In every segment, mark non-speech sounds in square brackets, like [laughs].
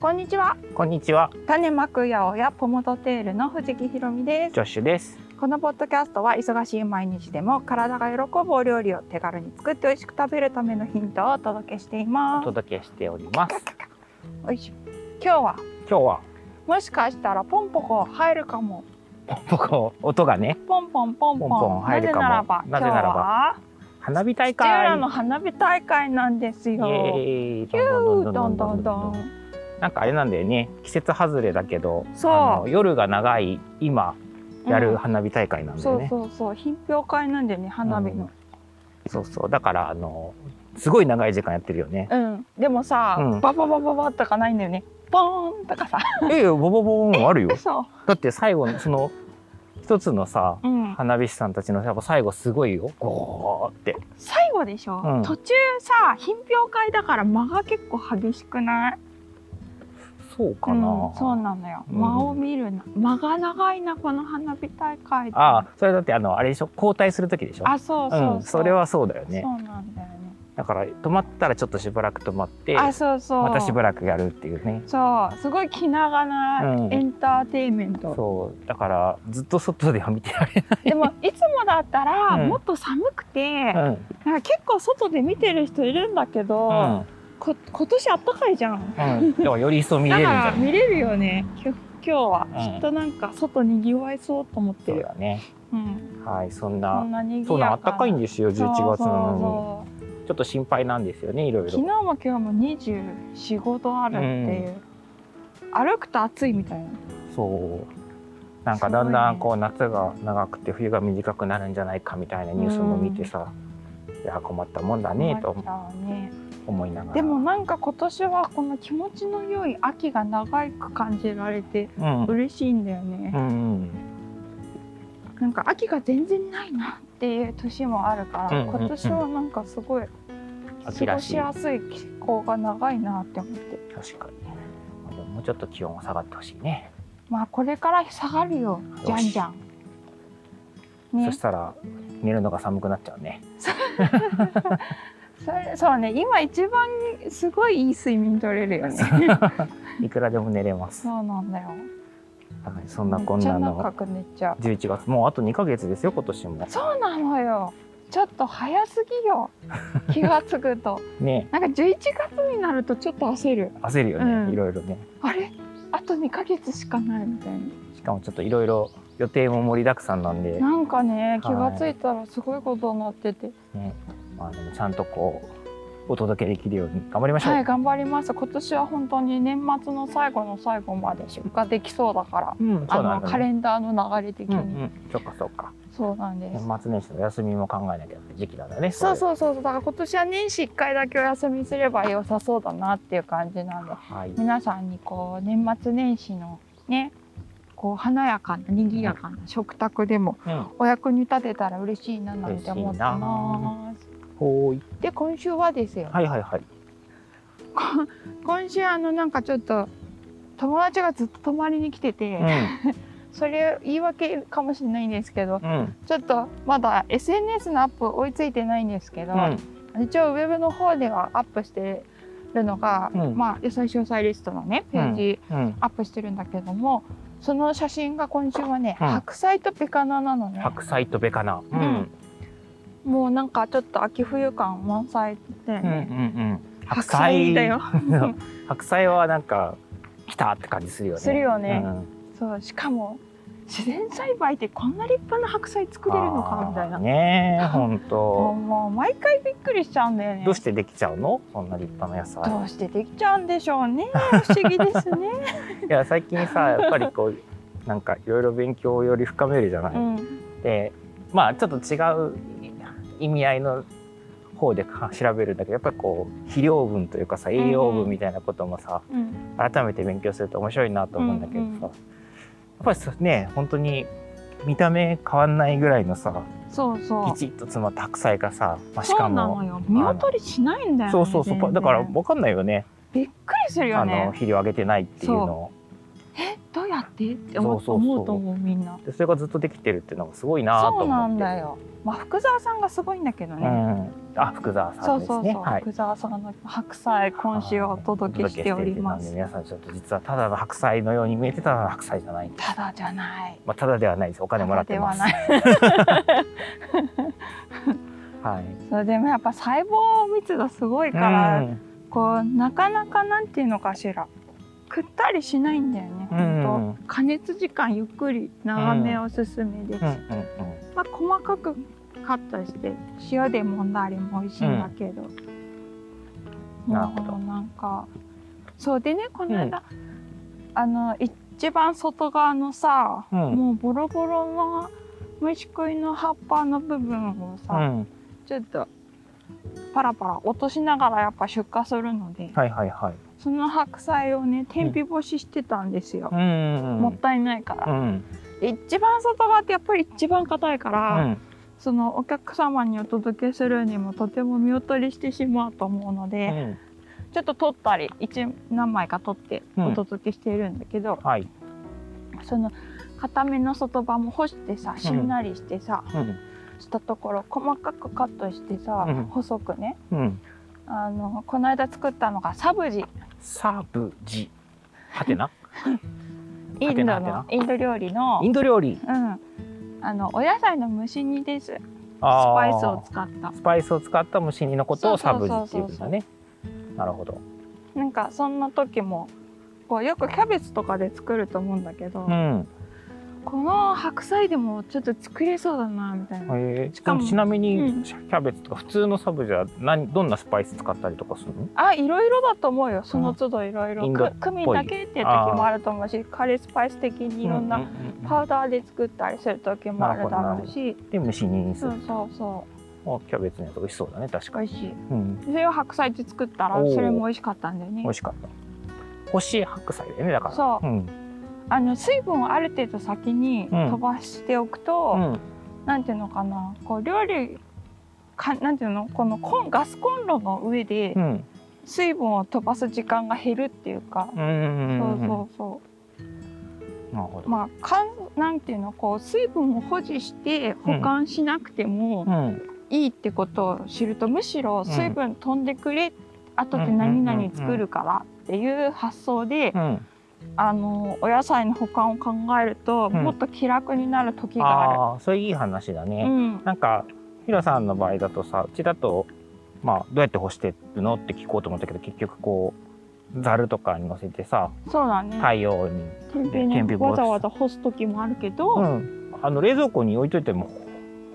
こんにちはこんにちは、種まく八百屋ポモドテールの藤木ひろみですジョッシュです。このポッドキャストは忙しい毎日でも体が喜ぶお料理を手軽に作って美味しく食べるためのヒントをお届けしていおます届けしております。おいしょ今日は今日はもしかしたらポンポコ入るかも僕の音がね、ポンポンポンポンポンポン入るかなぜもならばなぜならば花火大今日は土浦会。の花火大会なんですイよエーイキューどんどんどどんんなんかあれなんだよね季節外れだけどそうあの夜が長い今やうるん花火大会なんだそようね、そうそう品評会なんだよね花火の、そうそうだからあのすごい長い時間やってるよねうんでもさ、うんバババババとかないんだよねポーンとかさいやいやボボボボンある [laughs] よそだって最後のその一つのさう、うん、花火師さんたちのやっぱ最後すごいよゴーって最後でしょ、うん途中さ品評会だから間が結構激しくないそうかな、うん、そうなのよ、うん間を見るな間が長いなこの花火大会ああそれだってあのあれでしょ交代する時でしょあそうそうそう、ん、それはそうだよねそうなんだよねだから止まったらちょっとしばらく止まってあそうそうまたしばらくやるっていうねそうすごい気長なうんエンターテインメント、そうだからずっと外では見てら [laughs] れでもいつもだったらうんもっと寒くて、ない、なんか結構外で見てる人いるんだけど、うんこ今年あったかいじゃんうん、だからより一層見れだるんかじらゃない見れるよねきょ今日は、うんきっとなんか外にぎわいそうと思ってそうる、だねうん、はいそんこなんなにぎやかそうなんあったかいんでですよ11月なのにちょっと心配なんですよねいろい昨日ろも今日も24、5度あるっていう、歩くと暑いみたいなそうなんかだんだんこう夏が長くて冬が短くなるんじゃないかみたいなニュースも見てさ、いや困ったもんだねと思ったね思いながらでもなんか今年はこの気持ちの良い秋が長く感じられてうん嬉しいんだよね、うんうんなんか秋が全然ないなっていう年もあるから、うんうんうん今年はなんかすごい過秋ごらししいやすい気候が長いなって思って確かにまあでももうちょっと気温が下がってほしいねまあこれから下がるよじゃんじゃん。ねそし、たら寝るのが寒くなっちゃう [laughs] ねそれそうね今一番すごいいい睡眠取れるよねいくらでも寝れます [laughs] そうなんだよはいそんなこんめっちなゃの長く寝ちゃう11月もうあと2ヶ月ですよ今年もそうなのよちょっと早すぎ [laughs] よ気がつくとねなんか11月になるとちょっと焦る焦るよね、うんいろいろねあれあと2ヶ月しかないみたいなしかもちょっといろいろ予定も盛りだくさんなんで、なんかね気がついたらすごいことになってて、ねまあ、でもちゃんとこうお届けできるように頑張りましょう、はい、頑張ります今年は本当に年末の最後の最後まで出荷できそうだから、うんそあうなのんだカねレンダーの流れ的うに、んうん、そっかそっかそうなんです、年末年始のお休みも考えなきゃって時期なんだねそううそうそうそうだから今年は年始1回だけお休みすれば良さそうだなっていう感じなんではい皆さんにこう年末年始のねこう華やかな賑やかな食卓でもうんお役に立てたら嬉しいななんて思ってます。ほーいで今週はですよ、はいはいはいこ今週あのなんかちょっと友達がずっと泊まりに来てて、それ言い訳かもしれないんですけどう [laughs] んうんちょっとまだ SNS のアップ追いついてないんですけど、うん一応ウェブの方ではアップしてるのが、うんまあ野菜詳細リストのねページうんアップしてるんだけども、その写真が今週はね、うん白菜とペカナなのね白菜とベカナ。うんもうなんかちょっと秋冬感満載で、うんうんうん。白菜だよ。白菜 [laughs] はなんか来たって感じするよね。するよねうんそうしかも自然栽培ってこんな立派な白菜作れるのかみたいな、あー [laughs] ねえ、本もう当。もう毎回びっくりしちゃうんだよねどうしてできちゃうの？そんな立派な野菜。どうしてできちゃうんでしょうね不思議です [laughs] ね、いや最近 [laughs] さ、やっぱりこうなんかいろいろ勉強をより深めるじゃない。うん、で、まあちょっと違う意味合いの方でか調べるんだけど、やっぱりこう肥料分というかさ栄養分みたいなこともさ、うん、改めて勉強すると面白いなと思うんだけどさ、うんうんやっぱりそうね本当に見た目変わんないぐらいのさそうそうピチッと詰まった白菜がさ、まあ、しそかうなのもよ見劣りしないんだよねそうそうそう全然だから分かんないよねびっくりするよあのね肥料あげてないっていうのをえどうやだってって思そうそうそう思うと思うみんなでそれがずっとできてるっていうのがすごいなと思そってうなんだ、よまあ福沢さんがすごいんだけどうね、ん、あ福沢さそんうですそうねそう、はい福沢さんの白菜今週はお届けしておりまおす届けしているので皆さんちょっと実はただの白菜のように見えてただの白菜じゃないんです、ただじゃないまあ、ただではないですお金もらってますただではないはいそれでもやっぱ細胞密度すごいから、うんこうなかなかなんていうのかしらくったりしないんだよね、うんほんと加熱時間ゆっくり長めおすすめです、うんうんうんまあ、細かくカットして塩で揉んだりも美味しいんだけど、うんなるほどもうなんかそうでねこの間、あの一番外側のさ、うんもうボロボロの虫食いの葉っぱの部分をさ、うんちょっとパラパラ落としながらやっぱ出荷するのではいはいはいその白菜をね天日干ししてたんですよう、んもったいないからう、んで一番外側ってやっぱり一番硬いから、うんそのお客様にお届けするにもとても見劣りしてしまうと思うのうで、んちょっと取ったり一何枚か取ってお届けしているんだけど、はいその固めの外葉も干してさしんなりしてさ、うんしたところ細かくカットしてさ、うん細くねうんあのこの間作ったのがサブジサブジはてなインドはてなはのインド料理のインド料理うんあのお野菜の蒸し煮ですススパイスを使ったスパイスを使った蒸し煮のことをそサうそブうジそうってそいううんだねなるほどなんかそんな時もこうよくキャベツとかで作ると思うんだけど、うんこの白菜でもちょっと作れそうだなみたいな、へえしかもちなみに、うんキャベツとか普通のサブじゃ何どんなスパイス使ったりとかするのあいろいろだと思うよその都度いろいイろンドっくぽクいミンだけって時もあると思うしカレースパイス的にいろんうなううんパウダーで作ったりする時もあるだろうし、で蒸し煮にすそるう、そうそあキャベツのやつ美味しそうだね確うか美に、味しいうん、それを白菜で作ったらおーそれも美味しかったんだよね美味しかった干し白菜だよねだからそううんあの水分をある程度先にうん飛ばしておくうと、んなんていうのかなこう料理かなんていうのこのコンガスコンロの上でうん水分を飛ばす時間が減るっていうか、うんうんうんうんそうそうそうなるほど、まあ、かんなんていうのこう水分を保持して保管しなくてもうんいいってことを知ると、むしろ水分飛んでくれ、後で何々作るからっていう発想で、うん、あのお野菜の保管を考えると、うんもっと気楽になる時がある。ああそれいい話だね、うん、なんかヒロさんの場合だとさうちだと、まあ、どうやって干してるのって聞こうと思ったけど結局こうざるとかに乗せてさそうだね。太陽に、天秤天に日干しわざわざ干す時もあるけど、うん、あの冷蔵庫に置いといても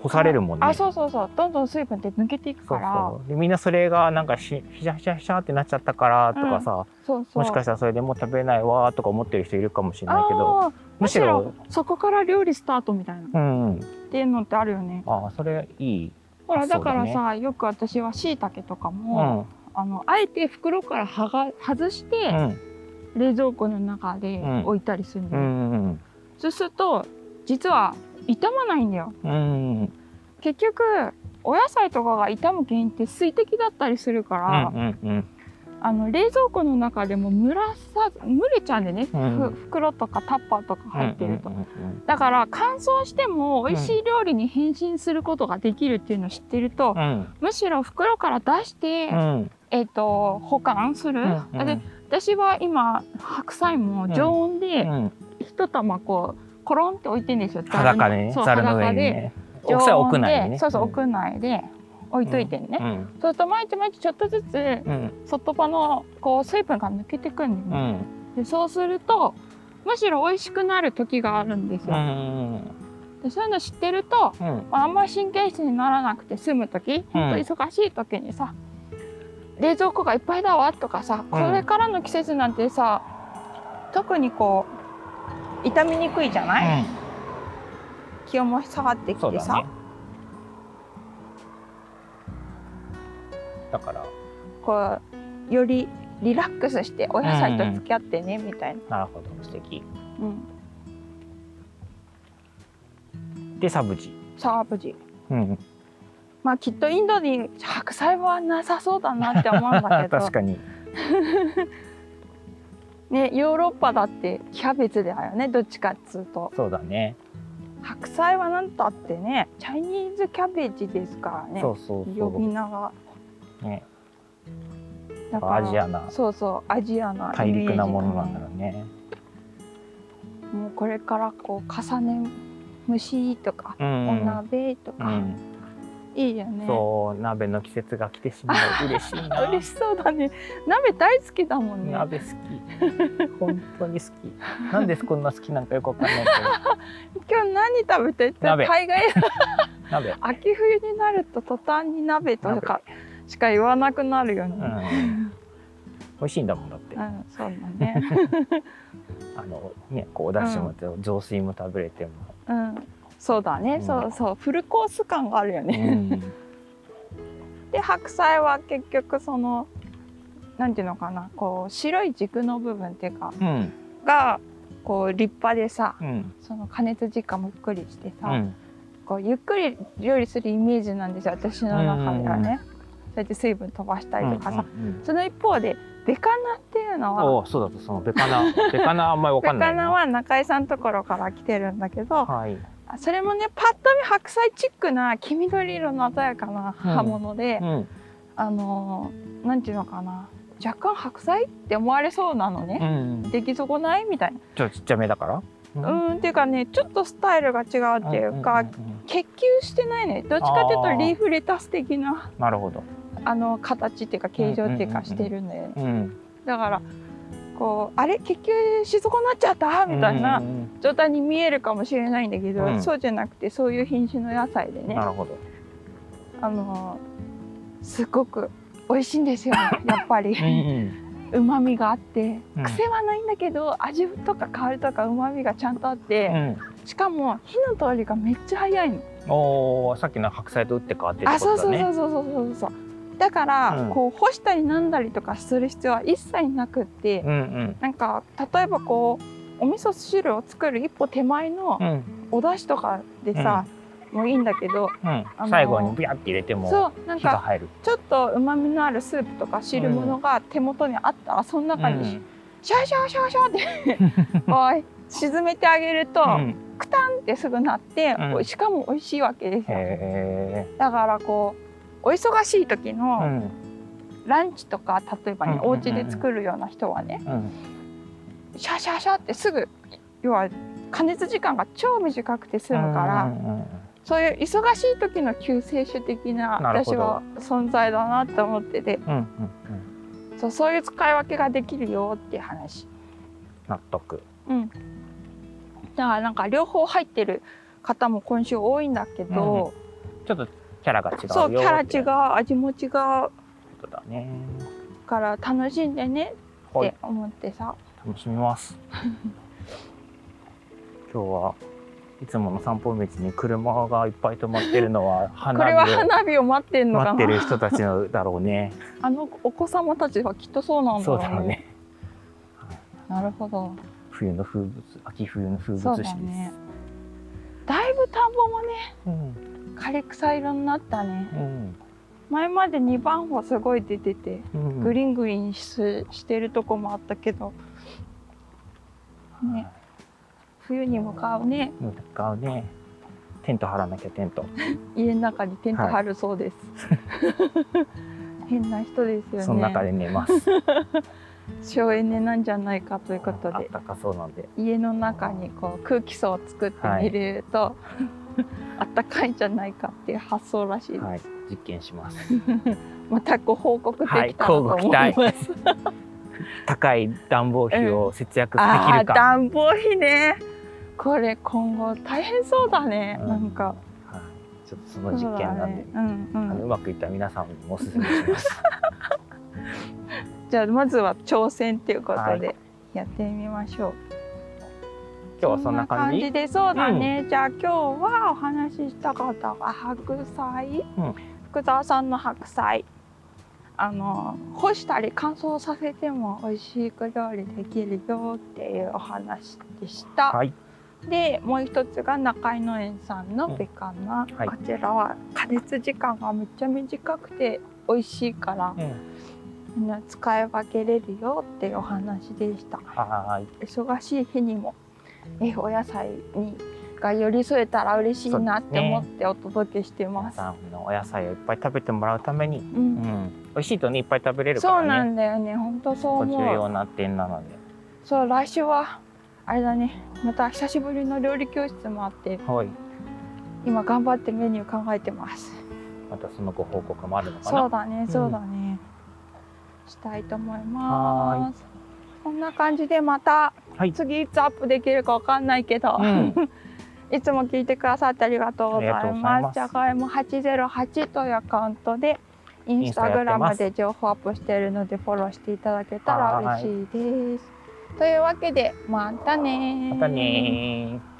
干されるもんね。あ、そうそうそう。どんどん水分って抜けていくそかうら、そうでみんなそれがなんかひひしゃひしゃひしゃってなっちゃったからとかさ、そうそう。もしかしたらそれでもう食べれないわーとか思ってる人いるかもしれないけどあーむむししろろそこから料理スタートみたいなっうんうんていうのってあるよね。あーそれいい、ほらあそだうかだらねさ、よく私は椎茸とかうも、んうんあのあえて袋からはが外して、冷蔵庫の中でうん置いたりするの、うんうんそうすると実は傷まないんだようんうん結局お野菜とかが傷む原因って水滴だったりするから、うんあの冷蔵庫の中でも蒸らさず蒸れちゃうんでね、ふうん袋とかタッパーとか入ってると、うんうんうんだから乾燥しても美味しい料理に変身することができるっていうのを知ってると、うんむしろ袋から出して、うんえっ、と保管する、うんうんで私は今白菜も常温でうん一玉こうコロンって置いてんですよ裸でねそうざるの上にでね常奥さん温屋内でにねそうそう屋内で置いといてね、うんそうすると毎日毎日ちょっとずつうん外葉のこう水分が抜けてくんうで,、ねんでそうするとむしろ美味しくなる時があるんですうよ、んでそういうの知ってるとうんあんま神経質にならなくて済む時本当忙しい時にさ、冷蔵庫がいっぱいだわとかさこれからの季節なんてさ、特にこう傷みにくいじゃない、気温も下がってうんきそうてだねさ、だからこうよりリラックスしてお野菜と付き合ってね、みたいな、なるほど素敵うん、でサブジサーブジうんまあきっとインドに白 [laughs] 菜はなさそうだなって思うんだけど確かにねヨーロッパだってキャベツだよねどっちかっつうとそうだね白菜はなんたってねチャイニーズキャベジですからねそうそうそ呼びう名がねだアジアなそうそうアジアな大陸なものなんだイメーろうねジだねもうこれからこう重ね蒸しとか、うんお鍋とうか、ん、いいよねそう鍋の季節が来てしまう嬉しいなあ嬉しそうだね鍋大好きだもんね鍋好き本当に好きなんでこんな好きなんかよくわかんない [laughs] け今日何食べてって鍋大概ど鍋 [laughs] 秋冬になると途端に鍋とかしか言わなくなるよね、うん美味しいんだもんだって、うん、そうだね。 [laughs] あのねこうお出汁もあって雑炊も食べれても、うん、そうだね。うんそうそう、フルコース感があるようね。ん、で、白菜は結局その。なんていうのかな、こう白い軸の部分っていうか、うんが。こう立派でさ、うんその加熱時間もゆっくりしてうさ、んこうゆっくり料理するイメージなんですよ。私の中ではね。そうやって水分飛ばしたりとかさ、うんうんその一方で、ベカナっていうのは。おうそうだそのベカ [laughs] ナベカナあんまりわベかんなカいなナは中井さんのところから来てるんだけど、はいあそれもねパッと見白菜チックな黄緑色の鮮やかな葉物で、うんあのーなんていうのかな若干白菜って思われそうなのうね、ん出来損ないみたいなちょっとちっちゃめだからうーんっていうかねちょっとスタイルが違うっていうか、んんん結球してないねどっちかっていうとリーフレタス的ななるほどあの形っていうか形状っていうかしてるんだよね、うんだからこうあれ結球し損なっちゃったみたいなうんうん状態に見えるかもしれないんだけど、うんそうじゃなくてそういう品種の野菜でうんねなるほどあのすごく美味しいん [laughs] ですよやっぱりうんうんうまみがあってうん癖はないんだけど味とか香りとかうまみがちゃんとあっうてんしかも火の通りがめっちゃ早いのおおさっきの白菜と打って変わってってあこそうとそだうそねうそうそうそうそうだから、うんこう干したりなんだりとかする必要は一切なくって、うんうんなんか例えばこうお味噌汁を作る一歩手前のうんお出汁とかでさ、もういいんだけどうのんー最後にビャって入れてもそうなん火がか入るちょっとうまみのあるスープとか汁物が手元にあったらその中にシャーシャーシャーシャーって [laughs] こう沈めてあげると、うンんってすぐなって、うんおいしかも美味しいわけですよへだからこうお忙しい時えうのんランチとか例えばね、うおん家で作るような人はね、うんシャーシャーシャーってすぐ要は加熱時間が超短くて済むから、うんうんうんそういう忙しい時の救世主的ななるほ私どは存在だなって思っててうんうんうんそうそういう使い分けができるよっていう話。納得うん、だからなんか両方入ってる方も今週多いんだけど、ちょっとキャラが違うよそうキャラっていう違こう味も違うかとだねら楽しんでねっはてい思ってさ楽しみます今日はいつもの散歩道に車がいっぱい止まってるの [laughs] はこれは花火を花火を待ってんのか待っなてる人たちのだろうねあのお子様たちはきっとそうなんだそろうねうだろうねなるほど冬の風物秋冬の風物詩そうですだねだいぶ田んぼもねうん枯れ草色になったねうん前まで2番穂すごい出ててうんグリーングリーンししてるとこもあったけどね冬に向かうね向かうねテント張らなきゃテント、家の中にテント張るそう [laughs] です。変な人ですよね。その中で [laughs] 寝ます省エネなんじゃないかということあっで、たかそうなんで家の中にこう空気層を作って寝ると、 [laughs] あったかいんじゃないかっていう発想らしいです。はい実験しますまたご報告できたはいらと思います。乞うご期高い暖房費を節約できああーるか、暖房費ね。これ今後大変そうだね。うんなんかはい、ちょっとその実験なんで、そうだねうあんうんのうまくいったら皆さんにもおすすめしますじゃあまずは挑戦ということはでやってみましょう。今日はそんな感じでそうだね、じゃあ今日はお話しした方は白菜、うん福沢さんの白菜あの干したり乾燥させても美味しく料理できるよっていうお話でした、はいでもう一つが中井農園さんのベカナ、はいこちらは加熱時間がめっちゃ短くて美味しいから、うんあの使い分けれるよっていうお話でしたああ忙しい日にもえお野菜にが寄り添えたら嬉しいなって思ってお届けして皆ます。さんのお野菜をいっぱい食べてもらうために、ううんん、美味しいとねいっぱい食べれるかそうならねんだよね本当そうご重思う要な点なのでそう来週はあれだねまた久しぶりの料理教室もあってはい今頑張ってメニュー考えてますまたそのご報告もあるのかそうなだねそうだね、したいと思いますこんな感じでまた、はい次いつアップできるかわかんないけど、うん、 [laughs] いつも聞いてくださってありがとうございありがとうござまいすますじゃがいも808というアカウントでインスタグラムで情報アップしているのでフォローしていただけたら嬉しいですというわけでまたねーまたねー